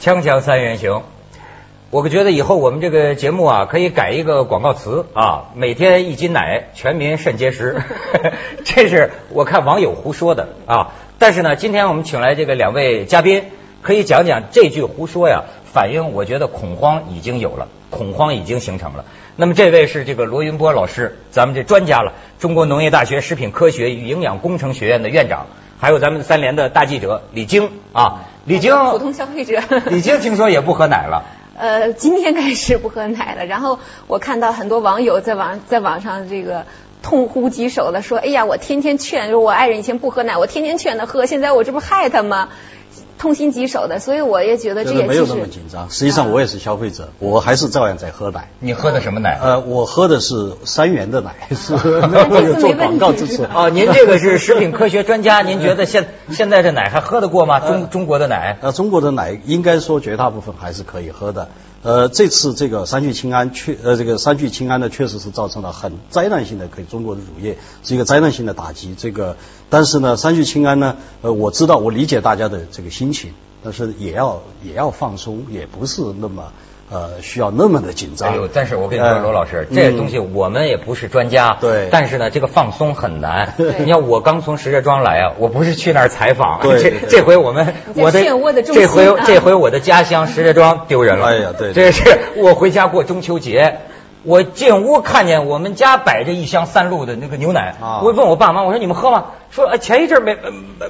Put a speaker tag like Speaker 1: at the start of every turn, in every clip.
Speaker 1: 锵锵三人行，我觉得以后我们这个节目啊，可以改一个广告词啊，每天一斤奶，全民肾结石。 这是我看网友胡说的啊。但是呢，今天我们请来这个两位嘉宾，可以讲讲这句胡说呀，反映我觉得恐慌已经有了，恐慌已经形成了。那么这位是这个罗云波老师，咱们这专家了，中国农业大学食品科学与营养工程学院的院长，还有咱们三联的大记者李菁啊，李菁。
Speaker 2: 普通消费者。
Speaker 1: 李菁听说也不喝奶了，
Speaker 2: 呃，今天开始不喝奶了。然后我看到很多网友在网在网上这个痛哭疾首的说：“哎呀，我天天劝，我爱人以前不喝奶，我天天劝他喝，现在我这不害他吗？”痛心疾首的，所以我也觉得这
Speaker 3: 觉
Speaker 2: 也
Speaker 3: 得
Speaker 2: 其
Speaker 3: 没
Speaker 2: 实
Speaker 3: 有那么紧张。实际上我也是消费者，我还是照样在喝奶。
Speaker 1: 你喝的什么奶？
Speaker 3: 呃，我喝的是三元的奶，是
Speaker 2: 啊
Speaker 3: 那我有做广告之处。
Speaker 1: 哦，您这个是食品科学专家，您觉得 现现在这奶还喝得过吗？中中国的奶？
Speaker 3: 呃，中国的奶应该说绝大部分还是可以喝的。呃，这次这个三聚氰胺确呃这个三聚氰胺呢，确实是造成了很灾难性的给中国的乳业是一个灾难性的打击。这个，但是呢，三聚氰胺呢，呃，我知道我理解大家的这个心情，但是也要也要放松，也不是那么呃需要那么的紧张。
Speaker 1: 哎呦，但是我跟你说，
Speaker 3: 呃
Speaker 1: 罗老师，
Speaker 3: 嗯
Speaker 1: 这东西我们也不是专家，
Speaker 3: 对
Speaker 1: 但是呢，这个放松很难。
Speaker 2: 对
Speaker 1: 你看我刚从石家庄来啊，我不是去那儿采访，啊
Speaker 3: 对
Speaker 1: 这
Speaker 3: 对
Speaker 1: 这回我们
Speaker 2: 你在
Speaker 1: 我的
Speaker 2: 漩涡的中
Speaker 1: 这
Speaker 2: 心
Speaker 1: 回
Speaker 2: 啊
Speaker 1: 这回我的家乡石家庄丢人了。
Speaker 3: 哎呀对
Speaker 1: 这是我回家过中秋节。我进屋看见我们家摆着一箱三鹿的那个牛奶，
Speaker 3: 啊
Speaker 1: 我问我爸妈，我说你们喝吗？说呃前一阵儿每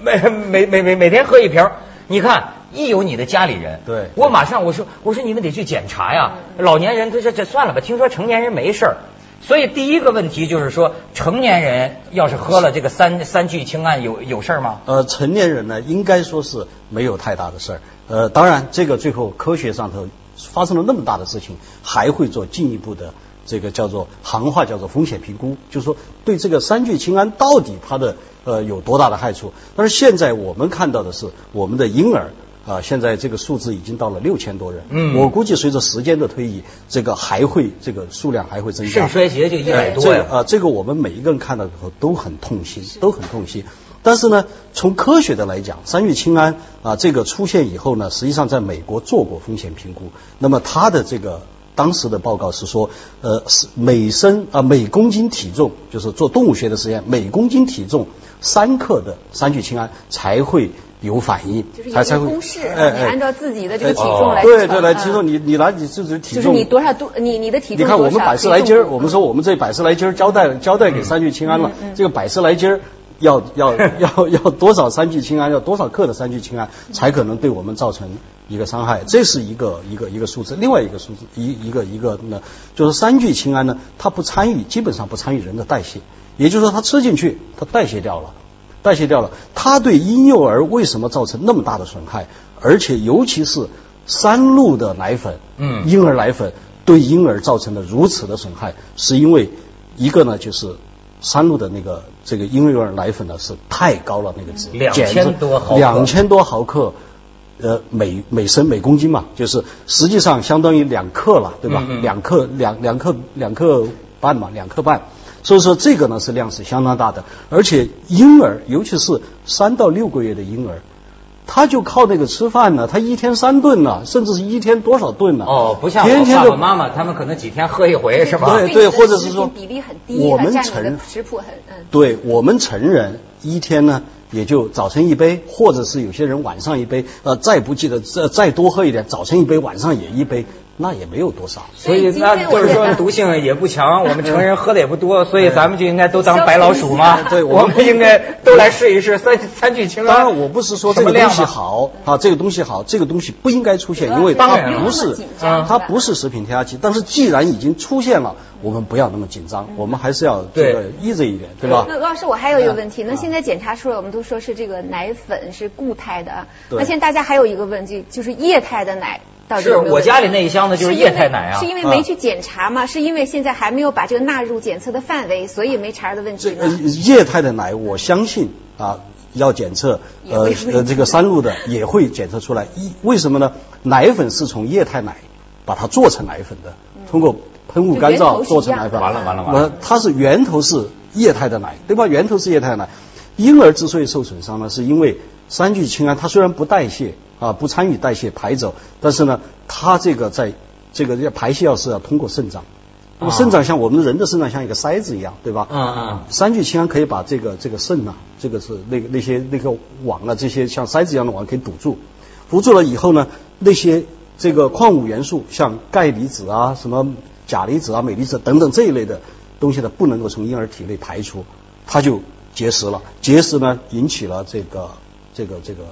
Speaker 1: 每每每每每天喝一瓶儿。你看，一有你的家里人，
Speaker 3: 对
Speaker 1: 我马上我说我说你们得去检查呀，老年人这这这算了吧，听说成年人没事儿。所以第一个问题就是说，成年人要是喝了这个三三聚氰胺有有事儿吗？
Speaker 3: 呃，成年人呢，应该说是没有太大的事儿。呃，当然，这个最后科学上头发生了那么大的事情，还会做进一步的这个叫做行话叫做风险评估，就是说对这个三聚氰胺到底它的呃有多大的害处。但是现在我们看到的是，我们的婴儿。啊、现在这个数字已经到了六千多人，
Speaker 1: 嗯
Speaker 3: 我估计随着时间的推移，这个还会这个数量还会增加。
Speaker 1: 肾衰竭就一百
Speaker 3: 这
Speaker 1: 多呀
Speaker 3: 个。呃，这个我们每一个人看到以后都很痛心，都很痛心。但是呢，从科学的来讲，三聚氰胺啊、这个出现以后呢，实际上在美国做过风险评估。那么它的这个当时的报告是说，呃，是每升啊、每公斤体重，就是做动物学的实验，每公斤体重三克的三聚氰胺才会有反应，
Speaker 2: 就是有
Speaker 3: 才
Speaker 2: 一
Speaker 3: 才
Speaker 2: 个
Speaker 3: 会
Speaker 2: 公式，
Speaker 3: 哎
Speaker 2: 你
Speaker 3: 哎
Speaker 2: 按照自己的这个
Speaker 3: 哎
Speaker 2: 体重来
Speaker 3: 对
Speaker 2: 称
Speaker 3: 对来
Speaker 2: 嗯
Speaker 3: 体重，你你拿你自己的体重，
Speaker 2: 就是你多少度，你你的体
Speaker 3: 你
Speaker 2: 重
Speaker 3: 看
Speaker 2: 多
Speaker 3: 我们
Speaker 2: 少
Speaker 3: 百十来斤
Speaker 2: 体
Speaker 3: 儿，
Speaker 2: 重
Speaker 3: 我们说我们这百十来斤儿交代交代给三聚
Speaker 2: 嗯
Speaker 3: 氰胺了，这个百十来斤儿要要要要多少三聚氰胺，要多少克的三聚氰胺才可能对我们造成一个伤害，这是一个一个一个数字。另外一个数字一一个一个呢，就是三聚氰胺呢，它不参与，基本上不参与人的代谢，也就是说它吃进去，它代谢掉了。代谢掉了。它对婴幼儿为什么造成那么大的损害？而且尤其是三鹿的奶粉，
Speaker 1: 嗯
Speaker 3: 婴儿奶粉对婴儿造成了如此的损害，是因为一个呢就是。三鹿的那个这个婴幼儿奶粉呢是太高了，那个值
Speaker 1: 2000多毫克
Speaker 3: 两千多毫克，呃每每升每公斤嘛，就是实际上相当于两克了，对吧？
Speaker 1: 嗯嗯
Speaker 3: 两克两两克两克半嘛，两克半。所以说这个呢是量是相当大的，而且婴儿，尤其是三到六个月的婴儿，他就靠那个吃饭呢，他一天三顿呢，甚至是一天多少顿呢？
Speaker 1: 哦，不像
Speaker 3: 呃天
Speaker 1: 我
Speaker 3: 天
Speaker 1: 爸
Speaker 3: 就
Speaker 1: 爸妈妈，他们可能几天喝一回是吧？
Speaker 3: 对
Speaker 2: 你
Speaker 3: 对，
Speaker 2: 的
Speaker 3: 或者
Speaker 2: 食
Speaker 3: 是
Speaker 2: 品
Speaker 3: 说
Speaker 2: 比例很低
Speaker 3: 我
Speaker 2: 它
Speaker 3: 们
Speaker 2: 占你的
Speaker 3: 成人
Speaker 2: 食谱很嗯
Speaker 3: 对我们成人一天呢。也就早晨一杯，或者是有些人晚上一杯，呃，再不记得再再多喝一点，早晨一杯，晚上也一杯，那也没有多少。
Speaker 1: 所以那就是说毒性也不强，我们成人喝的也不 多，所以咱们就应该都当白老鼠吗？
Speaker 3: 对
Speaker 1: 我
Speaker 3: 我
Speaker 1: 们应该都来试一试三 三聚氰胺。
Speaker 3: 当然，我不是说这
Speaker 1: 什么
Speaker 3: 个
Speaker 1: 量
Speaker 3: 东
Speaker 1: 吗
Speaker 3: 西好啊，这个东西好，这个东西不应该出现，因为
Speaker 1: 当
Speaker 3: 它
Speaker 1: 然了
Speaker 3: 不
Speaker 2: 不用那么
Speaker 3: 是
Speaker 2: 紧张
Speaker 3: 它
Speaker 2: 是吧
Speaker 3: 不是食品添加剂。但是既然已经出现了，我们不要那么紧
Speaker 1: 嗯
Speaker 3: 张，我们还是要这个
Speaker 1: 对
Speaker 3: 抑制一点，对吧？
Speaker 2: 那老师，我还有一个问
Speaker 1: 嗯
Speaker 2: 题，
Speaker 3: 啊
Speaker 2: 那现在检查出来，我们都说是这个奶粉是固态的啊，
Speaker 3: 对
Speaker 2: 那现在大家还有一个问题，就是液态的奶到底
Speaker 1: 是
Speaker 2: 有没有
Speaker 1: 我家里那一箱子就是液态奶啊
Speaker 2: 是因为是因为没去检查吗？是因为现在还没有把这个纳入检测的范围，所以没查的问题
Speaker 3: 这呃
Speaker 2: 呢？
Speaker 3: 液态的奶，我相信啊，要检测
Speaker 2: 也
Speaker 3: 呃
Speaker 2: 会出
Speaker 3: 呃这
Speaker 2: 问
Speaker 3: 个
Speaker 2: 题
Speaker 3: 三鹿的也会检测出来。一为什么呢？奶粉是从液态奶把它做成奶粉的，通过喷雾
Speaker 2: 嗯就
Speaker 3: 干
Speaker 2: 源头
Speaker 3: 燥
Speaker 2: 是
Speaker 3: 做成
Speaker 2: 一样
Speaker 3: 奶
Speaker 2: 的
Speaker 3: 粉。
Speaker 1: 完了完了完了
Speaker 3: 我它是源头是液态的奶，对吧？源头是液态奶。婴儿之所以受损伤呢，是因为三聚氰胺它虽然不代谢啊，不参与代谢排走，但是呢，它这个在这个要排泄要是要通过肾脏。那么
Speaker 1: 啊
Speaker 3: 肾脏像我们人的肾脏像一个筛子一样，对吧？
Speaker 1: 嗯嗯
Speaker 3: 三聚氰胺可以把这个这个肾呐、这个是那个那些那个网啊，这些像筛子一样的网可以堵住，堵住了以后呢，那些这个矿物元素，像钙离子啊、什么钾离子啊、镁离子等等这一类的东西呢，不能够从婴儿体内排出，它就结石了。结石呢，引起了这个这个这个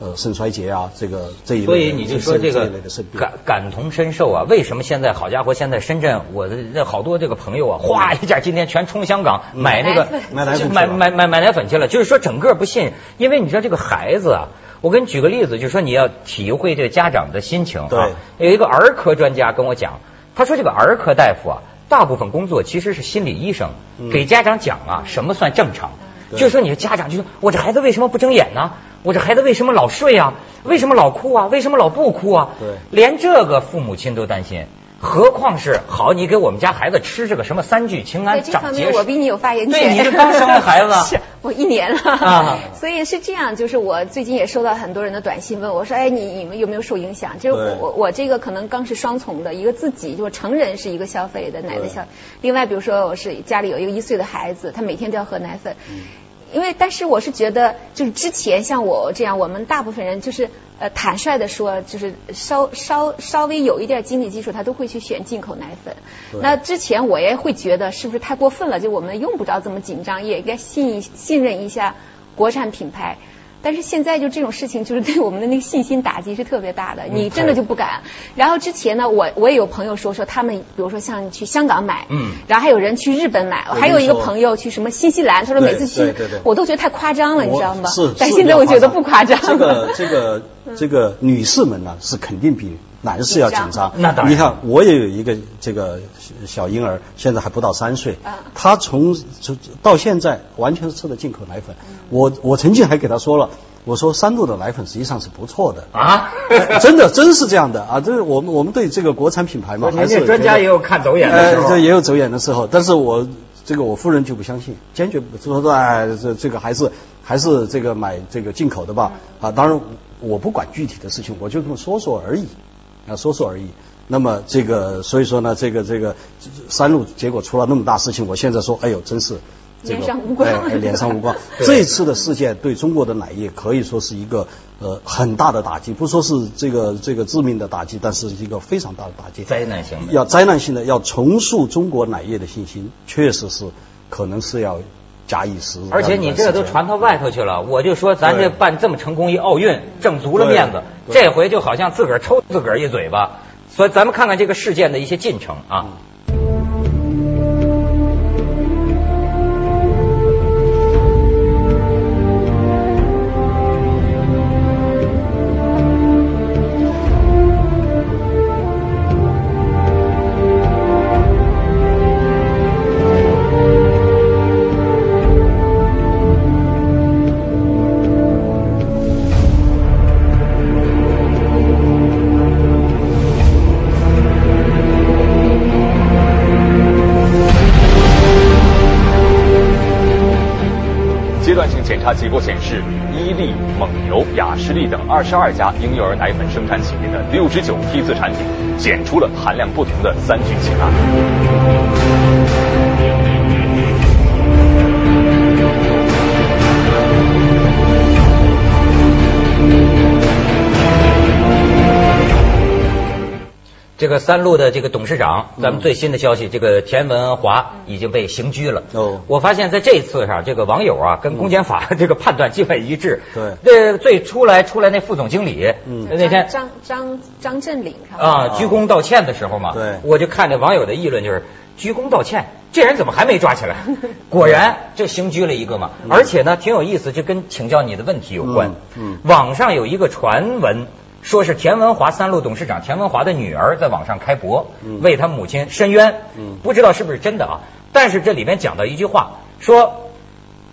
Speaker 3: 呃肾衰竭啊，这个这一类的
Speaker 1: 所以你就说这
Speaker 3: 一
Speaker 1: 个
Speaker 3: 类的肾病。
Speaker 1: 感感同身受啊，为什么现在好家伙，现在深圳我的这好多这个朋友啊，哗一下今天全冲香港买那个
Speaker 3: 嗯买奶粉
Speaker 1: 就
Speaker 3: 去
Speaker 1: 买
Speaker 3: 了
Speaker 1: 买买买奶粉去了，就是说整个不信，因为你知道这个孩子啊，我给你举个例子，就是说你要体会这个家长的心情啊。有一个儿科专家跟我讲，他说这个儿科大夫啊，大部分工作其实是心理医生，
Speaker 3: 嗯
Speaker 1: 给家长讲啊什么算正常。
Speaker 3: 对
Speaker 1: 就是说你的家长就说，我这孩子为什么不睁眼呢？我这孩子为什么老睡啊？为什么老哭啊？为什么老不哭啊？
Speaker 3: 对
Speaker 1: 连这个父母亲都担心，何况是好你给我们家孩子吃这个什么三聚氰
Speaker 2: 在
Speaker 1: 胺
Speaker 2: 这
Speaker 1: 长
Speaker 2: 方
Speaker 1: 结
Speaker 2: 面，我比
Speaker 1: 石？
Speaker 2: 你有发言
Speaker 1: 对
Speaker 2: 权。
Speaker 1: 你是刚生的孩子
Speaker 2: 是我一年了。
Speaker 1: 啊
Speaker 2: 所以是这样，就是我最近也收到很多人的短信问我说，哎，你你们有没有受影响？就是
Speaker 3: 对
Speaker 2: 我我我这个可能刚是双重的，一个自己就是成人是一个消费的奶的
Speaker 3: 对
Speaker 2: 消费，另外比如说我是家里有一个一岁的孩子，他每天都要喝奶粉。
Speaker 3: 嗯
Speaker 2: 因为，但是我是觉得，就是之前像我这样，我们大部分人就是呃坦率的说，就是稍稍稍微有一点经济基础，他都会去选进口奶粉。
Speaker 3: 对
Speaker 2: 那之前我也会觉得是不是太过分了，就我们用不着这么紧张，也应该信信任一下国产品牌。但是现在就这种事情，就是对我们的那个信心打击是特别大的，你真的就不敢。然后之前呢，我我也有朋友说说他们，比如说像去香港买，
Speaker 1: 嗯
Speaker 2: 然后还有人去日本买，
Speaker 3: 我跟你
Speaker 2: 还有一个
Speaker 3: 说
Speaker 2: 朋友去什么新西兰，他说
Speaker 3: 对
Speaker 2: 每次
Speaker 3: 对
Speaker 2: 去
Speaker 3: 对对，
Speaker 2: 我都觉得太夸张了，你知道吗
Speaker 3: 我是，？
Speaker 2: 但
Speaker 3: 是
Speaker 2: 现在我
Speaker 3: 比
Speaker 2: 觉
Speaker 3: 较
Speaker 2: 得不夸张嗯
Speaker 3: 这
Speaker 2: 了
Speaker 3: 个。这个这个女士们呢是肯定比男士要紧
Speaker 2: 紧
Speaker 3: 张
Speaker 2: 张。
Speaker 1: 那当然
Speaker 3: 你看我也有一个这个小婴儿，现在还不到三岁
Speaker 2: 啊，
Speaker 3: 他从从到现在完全是吃的进口奶粉。
Speaker 2: 嗯
Speaker 3: 我我曾经还给他说了，我说三鹿的奶粉实际上是不错的。
Speaker 1: 啊，
Speaker 3: 真的，真是这样的啊！这是我们我们对这个国产品牌嘛，还
Speaker 1: 您
Speaker 3: 是
Speaker 1: 这专
Speaker 3: 觉
Speaker 1: 家
Speaker 3: 得
Speaker 1: 也有看走眼的时
Speaker 3: 呃
Speaker 1: 候。
Speaker 3: 这。也有走眼的时候，但是我这个我夫人就不相信，坚决不说哎，这这个还是还是这个买这个进口的吧。
Speaker 2: 嗯
Speaker 3: 啊，当然我不管具体的事情，我就这么说说而已，啊，说说而已。那么这个，所以说呢，这个这个三鹿结果出了那么大事情，我现在说，哎呦，真是。这个
Speaker 2: 脸上无光
Speaker 3: 哎哎脸上 无光
Speaker 1: 对
Speaker 3: 这一次的事件对中国的奶业可以说是一个呃很大的打击，不说是这个这个致命的打击，但是一个非常大的打击。
Speaker 1: 灾难型的，
Speaker 3: 要灾难性的，要重塑中国奶业的信心，确实是可能是要假以时日。
Speaker 1: 而且你这都传到外头去了，我就说咱这
Speaker 3: 对
Speaker 1: 办这么成功一奥运，挣足了面子，
Speaker 3: 对对
Speaker 1: 这回就好像自个儿抽自个儿一嘴巴。所以咱们看看这个事件的一些进程啊。
Speaker 4: 阶段性检查结果显示，伊利、蒙牛、雅诗丽等二十二家婴幼儿奶粉生产企业的六十九批次产品检出了含量不同的三聚氰胺。
Speaker 1: 这个三鹿的这个董事长，
Speaker 3: 嗯
Speaker 1: 咱们最新的消息，这个田文华已经被刑拘了。
Speaker 3: 哦嗯
Speaker 1: 我发现在这一次上，这个网友啊，跟公检法这个判断基本一致。
Speaker 3: 对
Speaker 1: 这最出来出来那副总经理，
Speaker 3: 嗯
Speaker 1: 那天
Speaker 2: 张张张振岭是吧？
Speaker 1: 啊
Speaker 3: 啊
Speaker 1: 鞠躬道歉的时候嘛，
Speaker 3: 对
Speaker 1: 我就看这网友的议论就是鞠躬道歉，这人怎么还没抓 起来？果然就刑拘了一个嘛，而且呢挺有意思，就跟请教你的问题有关。
Speaker 3: 嗯
Speaker 1: 网上有一个传闻。说是田文华三鹿董事长田文华的女儿在网上开博，
Speaker 3: 嗯
Speaker 1: 为他母亲申冤，
Speaker 3: 嗯
Speaker 1: 不知道是不是真的啊？但是这里面讲到一句话，说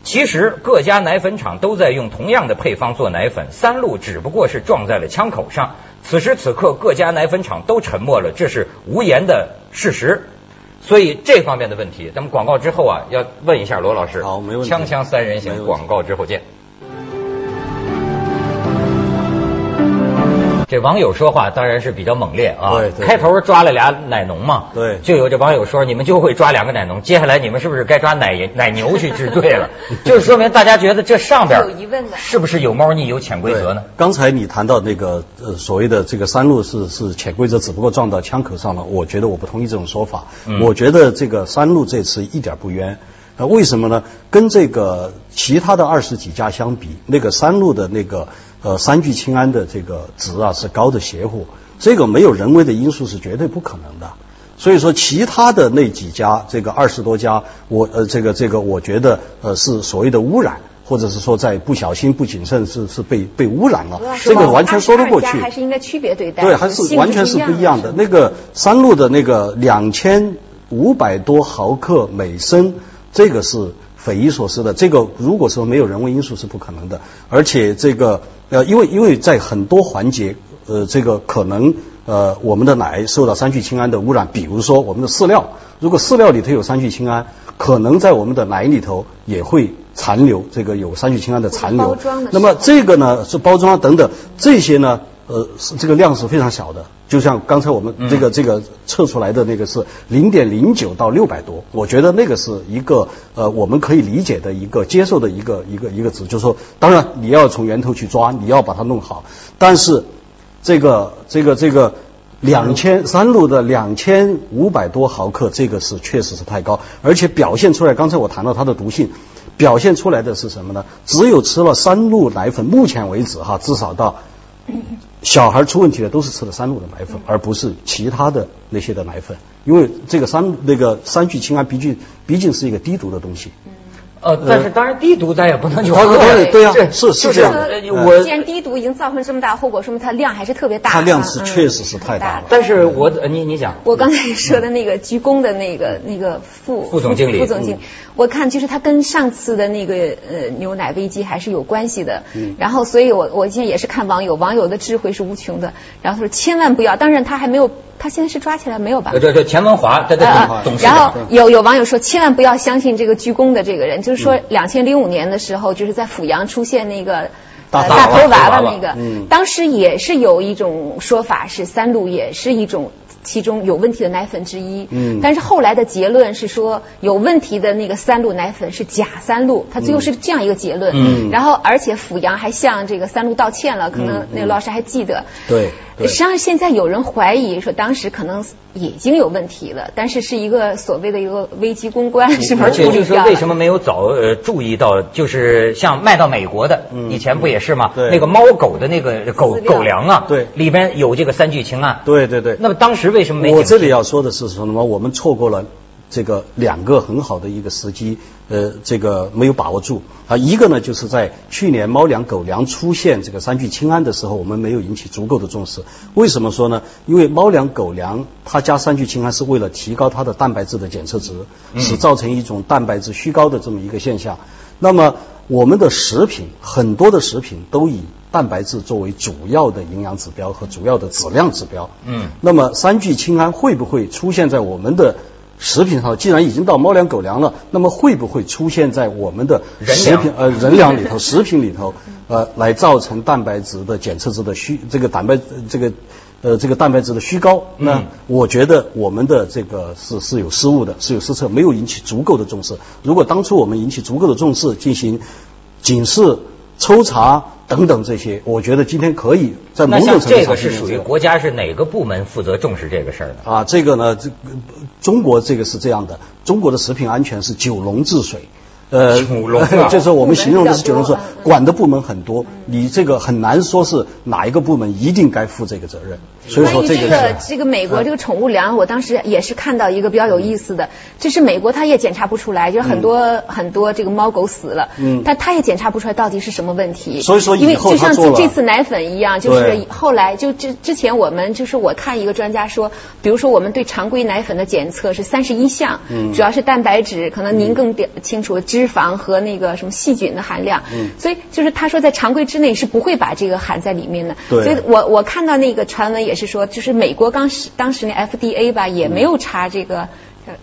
Speaker 1: 其实各家奶粉厂都在用同样的配方做奶粉，三鹿只不过是撞在了枪口上。此时此刻，各家奶粉厂都沉默了，这是无言的事实。所以这方面的问题，咱们广告之后啊，要问一下罗老师。
Speaker 3: 好没问题
Speaker 1: 锵锵三人
Speaker 3: 没
Speaker 1: 行，
Speaker 3: 问题
Speaker 1: 广告之后见。这网友说话当然是比较猛烈啊，
Speaker 3: 对对
Speaker 1: 开头抓了俩奶农嘛，
Speaker 3: 对
Speaker 1: 就有这网友说你们就会抓两个奶农，接下来你们是不是该抓奶爷奶牛去治罪 了？就是说明大家觉得这上边儿
Speaker 2: 有疑问的
Speaker 1: 是不是有猫腻有潜规则呢？
Speaker 3: 刚才你谈到那个呃所谓的这个山路是是潜规则，只不过撞到枪口上了。我觉得我不同意这种说法。
Speaker 1: 嗯
Speaker 3: 我觉得这个山路这次一点不冤。呃，为什么呢？跟这个其他的二十几家相比，那个山路的那个呃三聚氰胺的这个值啊是高的邪乎，这个没有人为的因素是绝对不可能的。所以说，其他的那几家，这个二十多家，我呃，这个这个，我觉得呃是所谓的污染，或者是说在不小心、不谨慎是是被被污染了，这个完全说得过去。
Speaker 2: 22家还是应该区别对待，
Speaker 3: 对，还是完全是不一样的。那个山路的那个两千五百多毫克每升，这个是匪夷所思的。这个如果说没有人为因素是不可能的，而且这个呃，因为因为在很多环节，呃，这个可能。呃，我们的奶受到三聚氰胺的污染，比如说我们的饲料，如果饲料里头有三聚氰胺，可能在我们的奶里头也会残留这个有三聚氰胺的残
Speaker 2: 包
Speaker 3: 留
Speaker 2: 装的。
Speaker 3: 那么
Speaker 2: 时候
Speaker 3: 这个呢是包装啊等等这些呢，呃，是这个量是非常小的。就像刚才我们这个、这个测出来的那个是零点零九到六百多，我觉得那个是一个呃我们可以理解的一个接受的一个一个一个值，就是说，当然你要从源头去抓，你要把它弄好，但是这个这个这个两千三路的两千五百多毫克，这个是确实是太高，而且表现出来，刚才我谈到它的毒性，表现出来的是什么呢？只有吃了三鹿奶粉，目前为止哈，至少到
Speaker 2: 嗯
Speaker 3: 小孩出问题的都是吃了三鹿的奶粉，而不是其他的那些的奶粉，因为这个三那个三聚氰胺毕竟毕竟是一个低毒的东西，
Speaker 1: 呃，但是当然低毒咱也不能就
Speaker 3: 当然
Speaker 1: 喝
Speaker 3: 当然
Speaker 1: 了
Speaker 3: 对啊
Speaker 1: 这
Speaker 3: 是是
Speaker 1: 就
Speaker 3: 这样的
Speaker 1: 呃
Speaker 3: 嗯
Speaker 1: 我
Speaker 2: 既然低毒已经造成这么大后果，说明它量还是特别大的。
Speaker 3: 它量是
Speaker 2: 嗯
Speaker 3: 确实是太大了
Speaker 2: 的
Speaker 1: 但是我呃你你讲，
Speaker 2: 我刚才说的那个鞠躬的那个那个副
Speaker 1: 嗯副总经理嗯
Speaker 2: 副总经理，我看就是他跟上次的那个呃牛奶危机还是有关系的。
Speaker 1: 嗯
Speaker 2: 然后，所以我我今天也是看网友，网友的智慧是无穷的。然后他说千万不要，当然他还没有，他现在是抓起来没有吧
Speaker 1: 呃？这这钱文华，这这
Speaker 2: 呃
Speaker 1: 董
Speaker 3: 哎
Speaker 2: 呃
Speaker 1: 董事
Speaker 2: 然
Speaker 1: 长
Speaker 2: 后，有有网友说，千万不要相信这个鞠躬的这个人，就是
Speaker 3: 嗯
Speaker 2: 说，两千零五年的时候，就是在阜阳出现那个。
Speaker 3: 大
Speaker 2: 呃
Speaker 3: 头
Speaker 1: 娃
Speaker 2: 大
Speaker 1: 娃
Speaker 2: 头娃
Speaker 1: 娃
Speaker 2: 娃
Speaker 1: 娃
Speaker 2: 那个
Speaker 3: 嗯，
Speaker 2: 当时也是有一种说法是三鹿也是一种其中有问题的奶粉之一，
Speaker 3: 嗯
Speaker 2: 但是后来的结论是说有问题的那个三鹿奶粉是假三鹿，它最后是这样一个结论，
Speaker 3: 嗯
Speaker 2: 然后而且阜阳还向这个三鹿道歉了，可
Speaker 3: 嗯
Speaker 2: 能那个老师还记得，
Speaker 3: 对对
Speaker 2: 实际上现在有人怀疑说当时可能已经有问题了，但是是一个所谓的一个危机公关
Speaker 3: 嗯
Speaker 2: 什么
Speaker 1: 而且
Speaker 2: 处
Speaker 1: 就
Speaker 2: 理
Speaker 1: 是说
Speaker 2: 掉
Speaker 1: 为
Speaker 2: 了。
Speaker 1: 什么没有早呃注意到，就是像卖到美国的，
Speaker 3: 嗯
Speaker 1: 以前不也是吗？
Speaker 3: 对
Speaker 1: 那个猫狗的那个狗
Speaker 2: 饲料
Speaker 1: 狗粮啊，
Speaker 3: 对
Speaker 1: 里边有这个三聚氰胺。
Speaker 3: 对对对。
Speaker 1: 那么当时为什么没？
Speaker 3: 我这里，要说的是什么？我们错过了这个两个很好的一个时机，呃，这个没有把握住啊。一个呢，就是在去年猫粮、狗粮出现这个三聚氰胺的时候，我们没有引起足够的重视。为什么说呢？因为猫粮、狗粮它加三聚氰胺是为了提高它的蛋白质的检测值，
Speaker 1: 嗯
Speaker 3: 使造成一种蛋白质虚高的这么一个现象。那么我们的食品很多的食品都以蛋白质作为主要的营养指标和主要的质量指标。
Speaker 1: 嗯
Speaker 3: 那么三聚氰胺会不会出现在我们的食品上？既然已经到猫粮、狗粮了，那么会不会出现在我们的
Speaker 1: 人
Speaker 3: 食品
Speaker 1: 粮
Speaker 3: 呃人粮里头、食品里头，呃，来造成蛋白质的检测值的虚这个蛋白这个呃这个蛋白质的虚高？那、
Speaker 1: 嗯
Speaker 3: 我觉得我们的这个是是有失误的，是有失策，没有引起足够的重视。如果当初我们引起足够的重视，进行警示、抽查等等这些，我觉得今天可以在某
Speaker 1: 那像
Speaker 3: 种程度
Speaker 1: 这
Speaker 3: 上
Speaker 1: 个
Speaker 3: 避
Speaker 1: 是
Speaker 3: 免
Speaker 1: 属
Speaker 3: 这
Speaker 1: 于
Speaker 3: 个
Speaker 1: 国家是哪个部门负责重视这个事儿呢？
Speaker 3: 啊，这个呢，这个呃中国这个是这样的，中国的食品安全是九龙治水。呃，
Speaker 1: 九龙啊
Speaker 3: 就是我们形容的是九龙 治
Speaker 2: 部门比较多
Speaker 3: 水
Speaker 2: 嗯，嗯
Speaker 3: 管的部门很多，你这个很难说是哪一个部门一定该负这个责任。所以
Speaker 2: 关
Speaker 3: 说
Speaker 2: 于
Speaker 3: 这
Speaker 2: 这
Speaker 3: 个
Speaker 2: 个
Speaker 3: 是嗯
Speaker 2: 这个美国这个宠物粮，我当时也是看到一个比较有意思的，这是美国它也检查不出来，就是很多、很多这个猫狗死了，
Speaker 3: 嗯
Speaker 2: 但它也检查不出来到底是什么问题。
Speaker 3: 所以说以
Speaker 2: 因为
Speaker 3: 后
Speaker 2: 就
Speaker 3: 它
Speaker 2: 像
Speaker 3: 做了
Speaker 2: 这次奶粉一样，就
Speaker 3: 对
Speaker 2: 是后来就之之前我们就是我看一个专家说，比如说我们对常规奶粉的检测是三十一项，
Speaker 3: 嗯
Speaker 2: 主要是蛋白质，可能您更表清楚脂肪和那个什么细菌的含量，
Speaker 3: 嗯
Speaker 2: 所以就是他说在常规之内是不会把这个含在里面的，
Speaker 3: 对
Speaker 2: 所以我我
Speaker 3: 嗯
Speaker 2: 看到那个传闻也是说，就是美国刚时当时那 FDA 吧，也没有查这个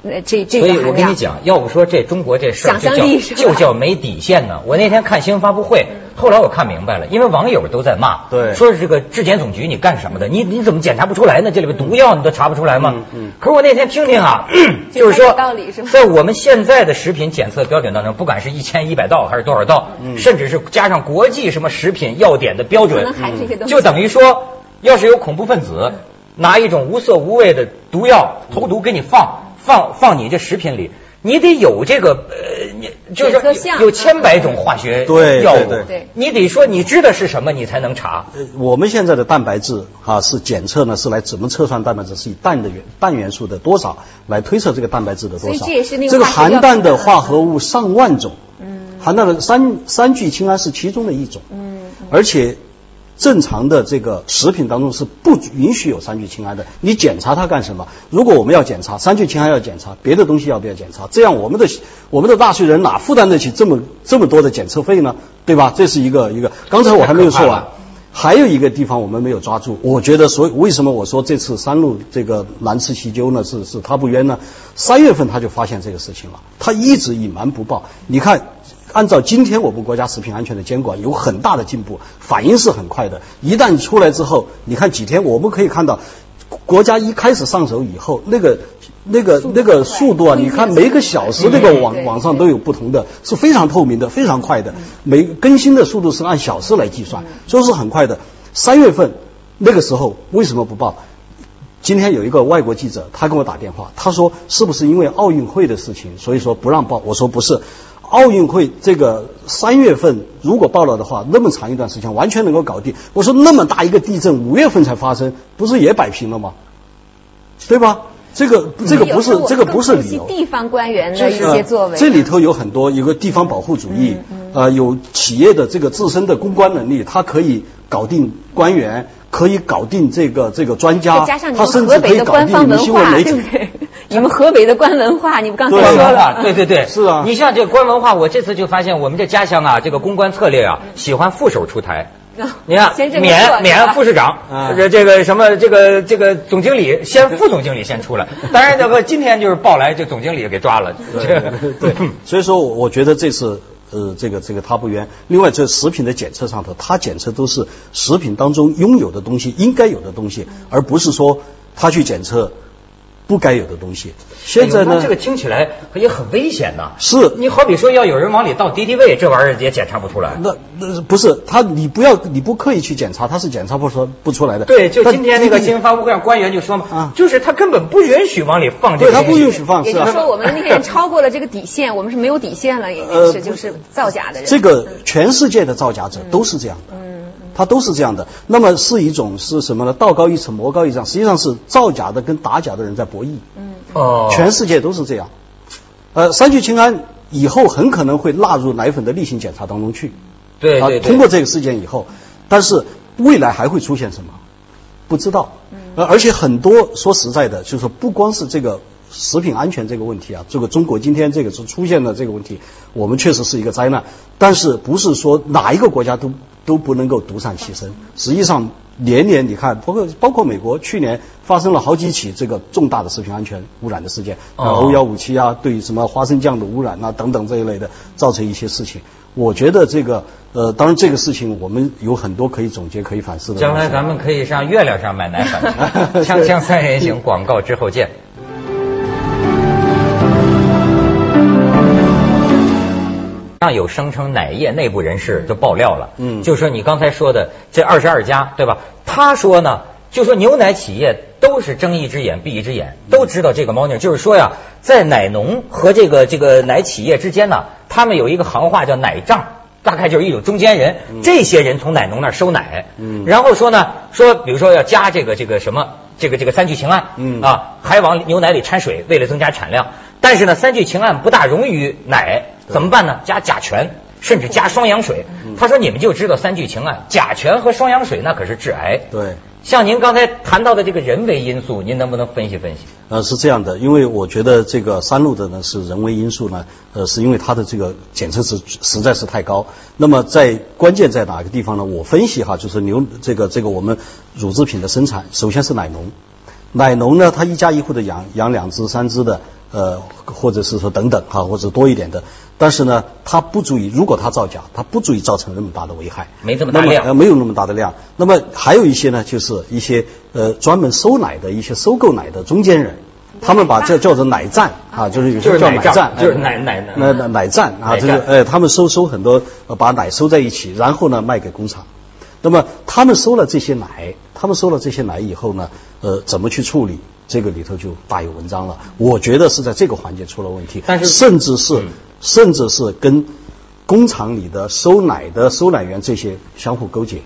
Speaker 2: 呃这这
Speaker 1: 所
Speaker 2: 个
Speaker 1: 以我
Speaker 2: 含
Speaker 1: 跟你
Speaker 2: 量。
Speaker 1: 讲，要不说这中国这事儿
Speaker 2: 想
Speaker 1: 就
Speaker 2: 象
Speaker 1: 叫
Speaker 2: 力是吧嗯
Speaker 1: 就叫没底线呢。我那天看新闻发布会，后来我看明白了，因为网友都在骂，
Speaker 3: 对
Speaker 1: 说是这个质检总局你干什么的？你你怎么检查不出来呢？这里边毒药你都查不出来吗？
Speaker 3: 嗯嗯
Speaker 1: 可是我那天听听啊，就是
Speaker 2: 还
Speaker 1: 说
Speaker 2: 有道理是吧
Speaker 1: 在我们现在的食品检测标准当中，不管是一千一百道还是多少道，
Speaker 3: 嗯
Speaker 1: 甚至是加上国际什么食品药典的标
Speaker 2: 可
Speaker 1: 准，
Speaker 2: 能含这些东西，
Speaker 1: 就等于说，要是有恐怖分子
Speaker 2: 嗯
Speaker 1: 拿一种无色无味的毒药投毒给你放放放你这食品里，你得有这个呃，你就是
Speaker 2: 检测
Speaker 1: 说
Speaker 2: 项
Speaker 1: 有千百种化学
Speaker 3: 对
Speaker 1: 药
Speaker 3: 对
Speaker 1: 物
Speaker 2: 对，
Speaker 1: 你得说你知道是什么，你才能查。
Speaker 3: 呃我们现在的蛋白质啊，是检测呢，是来怎么测算蛋白质？是以氮的元氮元素的多少来推测这个蛋白质的多
Speaker 2: 所以
Speaker 3: 少。
Speaker 2: 这也是那个
Speaker 3: 这个
Speaker 2: 化学药
Speaker 3: 含氮
Speaker 2: 品
Speaker 3: 的
Speaker 2: 的
Speaker 3: 化合物上万种，含氮的三三聚氰胺是其中的一种，
Speaker 2: 嗯，
Speaker 3: 而且正常的这个食品当中是不允许有三聚氰胺的。你检查它干什么？如果我们要检查三聚氰胺要检查，别的东西要不要检查？这样我们的我们的纳税人哪负担得起这么这么多的检测费呢？对吧？这是一个一个。刚才我还没有说
Speaker 1: 太可怕
Speaker 3: 完
Speaker 1: 了。
Speaker 3: 还有一个地方我们没有抓住，我觉得所以为什么我说这次三鹿这个南次其咎呢？是是他不冤呢？三月份他就发现这个事情了，他一直隐瞒不报。你看，按照今天我们国家食品安全的监管有很大的进步，反应是很快的。一旦出来之后，你看几天我们可以看到，国家一开始上手以后，那个那个那个速度啊，你看每个小时那个网网上都有不同的，是非常透明的，非常快的。每更新的速度是按小时来计算，所以是很快的。三月份那个时候为什么不报？今天有一个外国记者，他跟我打电话，他说是不是因为奥运会的事情，所以说不让报？我说不是，奥运会这个三月份如果报了的话，那么长一段时间完全能够搞定。我说那么大一个地震，五月份才发生，不是也摆平了吗？对吧？这个这个不
Speaker 2: 有时
Speaker 3: 是
Speaker 2: 候我
Speaker 3: 这个不是
Speaker 2: 更
Speaker 3: 理由
Speaker 2: 熟悉。地方官员的
Speaker 3: 就
Speaker 2: 一
Speaker 3: 是
Speaker 2: 些作为，嗯
Speaker 3: 这里头有很多，有个地方保护主义，呃，有企业的这个自身的公关能力，它可以搞定官员，可以搞定这个这个专家，
Speaker 2: 再加上你
Speaker 3: 他
Speaker 2: 们
Speaker 3: 甚
Speaker 2: 河
Speaker 3: 至可
Speaker 2: 北
Speaker 3: 以
Speaker 2: 的
Speaker 3: 搞
Speaker 2: 官
Speaker 3: 定你
Speaker 2: 方
Speaker 3: 们
Speaker 2: 文
Speaker 3: 新闻
Speaker 2: 化，
Speaker 3: 媒
Speaker 2: 对
Speaker 3: 体
Speaker 2: 不。对？ 你们河北的官文化，你们刚才
Speaker 3: 对
Speaker 2: 说
Speaker 1: 官文
Speaker 2: 了
Speaker 1: 化，， 对对对，
Speaker 3: 是啊
Speaker 1: 你像这官文化，我这次就发现我们这家乡啊，这个公关策略啊，
Speaker 2: 嗯
Speaker 1: 喜欢副手出台。你看
Speaker 2: 先，这么做
Speaker 1: 免
Speaker 2: 是
Speaker 1: 免
Speaker 2: 吧
Speaker 1: 副市长
Speaker 3: 啊，
Speaker 1: 这这个什么这个这个总经理 先副总经理先出来，当然这个今天就是报来这总经理给抓了， 这
Speaker 3: 对对，所以说我我觉得这次呃，这个这个他不冤。另外，这食品的检测上头，他检测都是食品当中拥有的东西，应该有的东西，而不是说他去检测不该有的东西。现在
Speaker 1: 哎
Speaker 3: 呢
Speaker 1: 呦那这，个听起来也很危险呐。
Speaker 3: 是
Speaker 1: 你好比说要有人往里倒敌敌畏，这玩意儿也检查不出来。
Speaker 3: 那那不是他，你不要你不刻意去检查，他是检查不出不出来的。
Speaker 1: 对，就
Speaker 3: 但
Speaker 1: 今天那个
Speaker 3: 你
Speaker 1: 新闻发布会上官员就说嘛
Speaker 3: 啊，
Speaker 1: 就是他根本不允许往里放这个
Speaker 3: 对他
Speaker 1: 东西。
Speaker 3: 不允许 放，
Speaker 2: 也
Speaker 3: 是
Speaker 2: 就
Speaker 3: 啊
Speaker 2: 是说我们那些人超过了这个底线，我们是没有底线了，也
Speaker 3: 呃
Speaker 2: 是就是造假的人。嗯
Speaker 3: 这个全世界的造假者都是这样的，他都是这样的。那么是一种是什么呢？道高一尺，魔高一丈，实际上是造假的跟打假的人在博弈，
Speaker 2: 嗯
Speaker 1: 哦，
Speaker 3: 全世界都是这样。呃，三聚氰胺以后很可能会纳入奶粉的例行检查当中去。
Speaker 1: 对
Speaker 3: 啊
Speaker 1: 对，对
Speaker 3: 通过这个事件以后，但是未来还会出现什么？不知道。
Speaker 1: 嗯
Speaker 3: 呃，而且很多说实在的，就是说不光是这个食品安全这个问题啊，这个中国今天这个是出现了这个问题，我们确实是一个灾难。但是不是说哪一个国家都都不能够独善其身？实际上年年你看，包括包括美国去年发生了好几起这个重大的食品安全污染的事件，
Speaker 1: 哦
Speaker 3: 欧幺五七啊，对什么花生酱的污染啊等等这一类的，造成一些事情。我觉得这个呃，当然这个事情我们有很多可以总结、可以反思的东
Speaker 1: 将
Speaker 3: 西。
Speaker 1: 来咱们可以上月亮上买奶粉去。锵锵三人行广告之后见。上有声称奶业内部人士就爆料了，
Speaker 3: 嗯
Speaker 1: 就说你刚才说的这二十二家，对吧？他说呢，就说牛奶企业都是睁一只眼闭一只眼，都知道这个猫腻儿。就是说呀，在奶农和这个这个奶企业之间呢，他们有一个行话叫奶账。大概就是一种中间人，这些人从奶农那儿收奶，
Speaker 3: 嗯
Speaker 1: 然后说呢，说比如说要加这个这个什么这个这个三聚氰胺，
Speaker 3: 嗯
Speaker 1: 啊，还往牛奶里掺水，为了增加产量。但是呢，三聚氰胺不大溶于奶，怎么办呢？加甲醛，甚至加双氧水。他说你们就知道三聚氰胺、甲醛和双氧水那可是致癌。
Speaker 3: 对。
Speaker 1: 像您刚才谈到的这个人为因素，您能不能分析分析？
Speaker 3: 呃，是这样的，因为我觉得这个三鹿的呢是人为因素呢，呃，是因为它的这个检测值实在是太高。那么在关键在哪个地方呢？我分析哈，就是牛这个这个我们乳制品的生产，首先是奶农，奶农呢他一家一户的养养两只三只的，呃，或者是说等等哈，或者多一点的。但是呢，它不足以，如果它造假，它不足以造成那么大的危害，
Speaker 1: 没这么大量
Speaker 3: 那呃没有那么大的量。那么还有一些呢，就是一些呃专门收奶的一些收购奶的中间人，他们把这叫做奶站啊，就是有时候叫奶站，哎
Speaker 1: 就是奶站就是奶奶
Speaker 3: 那那奶站啊，
Speaker 1: 奶
Speaker 3: 就
Speaker 1: 站
Speaker 3: 是呃他们收收很多，呃把奶收在一起，然后呢卖给工厂。那么他们收了这些奶，他们收了这些奶以后呢，呃，怎么去处理？这个里头就大有文章了。我觉得是在这个环节出了问题，
Speaker 1: 但是
Speaker 3: 甚至是、
Speaker 1: 嗯
Speaker 3: 甚至是跟工厂里的收奶的收奶员这些相互勾结，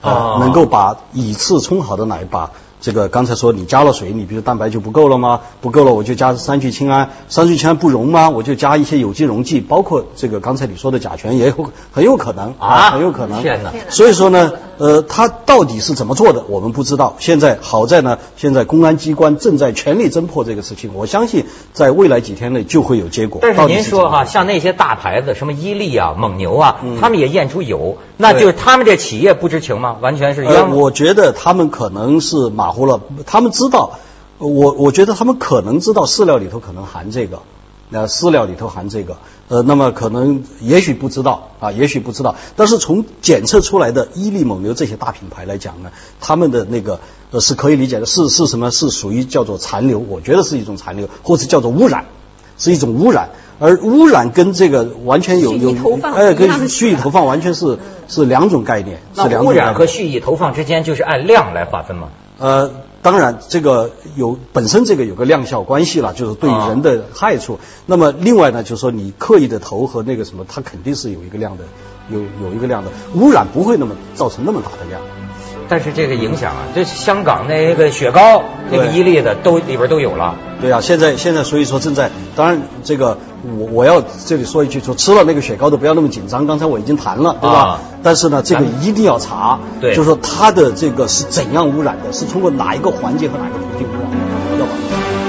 Speaker 3: 啊
Speaker 1: 哦
Speaker 3: 能够把以次充好的奶把。这个刚才说你加了水，你比如蛋白就不够了吗？不够了，我就加三聚氰胺，三聚氰胺不溶吗？我就加一些有机溶剂，包括这个刚才你说的甲醛也有很有可能
Speaker 1: 啊
Speaker 3: 很有可能。
Speaker 1: 天哪
Speaker 3: 所以说呢，呃，他到底是怎么做的，我们不知道。现在好在呢，现在公安机关正在全力侦破这个事情，我相信在未来几天内就会有结果。
Speaker 1: 但是
Speaker 3: 到底
Speaker 1: 您
Speaker 3: 是怎
Speaker 1: 说
Speaker 3: 么
Speaker 1: 哈、
Speaker 3: 回事
Speaker 1: 像那些大牌子，什么伊利啊、蒙牛啊，
Speaker 3: 嗯
Speaker 1: 他们也验出有，那就是他们这企业不知情吗？完全是
Speaker 3: 呃，
Speaker 1: 冤枉。
Speaker 3: 我觉得他们可能是马虎了，他们知道，我我觉得他们可能知道饲料里头可能含这个，那、饲料里头含这个，呃，那么可能也许不知道啊，也许不知道，但是从检测出来的伊利、蒙牛这些大品牌来讲呢，他们的那个呃是可以理解的，是是什么？是属于叫做残留，我觉得是一种残留，或是叫做污染。是一种污染，而污染跟这个完全有
Speaker 2: 蓄意
Speaker 3: 有
Speaker 2: 投放
Speaker 3: 哎，
Speaker 2: 不一样的
Speaker 3: 跟蓄意投放完全是是两种概念，是
Speaker 1: 那
Speaker 3: 两种
Speaker 1: 污
Speaker 3: 概
Speaker 1: 染
Speaker 3: 念
Speaker 1: 和蓄意投放之间就是按量来划分吗？
Speaker 3: 呃，当然，这个有本身这个有个量效关系了，就是对
Speaker 1: 啊
Speaker 3: 人的害处。那么另外呢，就是说你刻意的投和那个什么，它肯定是有一个量的，有有一个量的污染，不会那么造成那么大的量。
Speaker 1: 但是这个影响啊，这香港那个雪糕、那个
Speaker 3: 对
Speaker 1: 伊利的都里边都有了。
Speaker 3: 对啊，现在现在所以说正在，当然这个我我要这里说一句，说吃了那个雪糕的不要那么紧张，刚才我已经谈了，对吧？
Speaker 1: 啊
Speaker 3: 但是呢，这个
Speaker 1: 咱们
Speaker 3: 一定要查，
Speaker 1: 对
Speaker 3: 就是说它的这个是怎样污染的，是通过哪一个环节和哪个途径污染的，要把它查。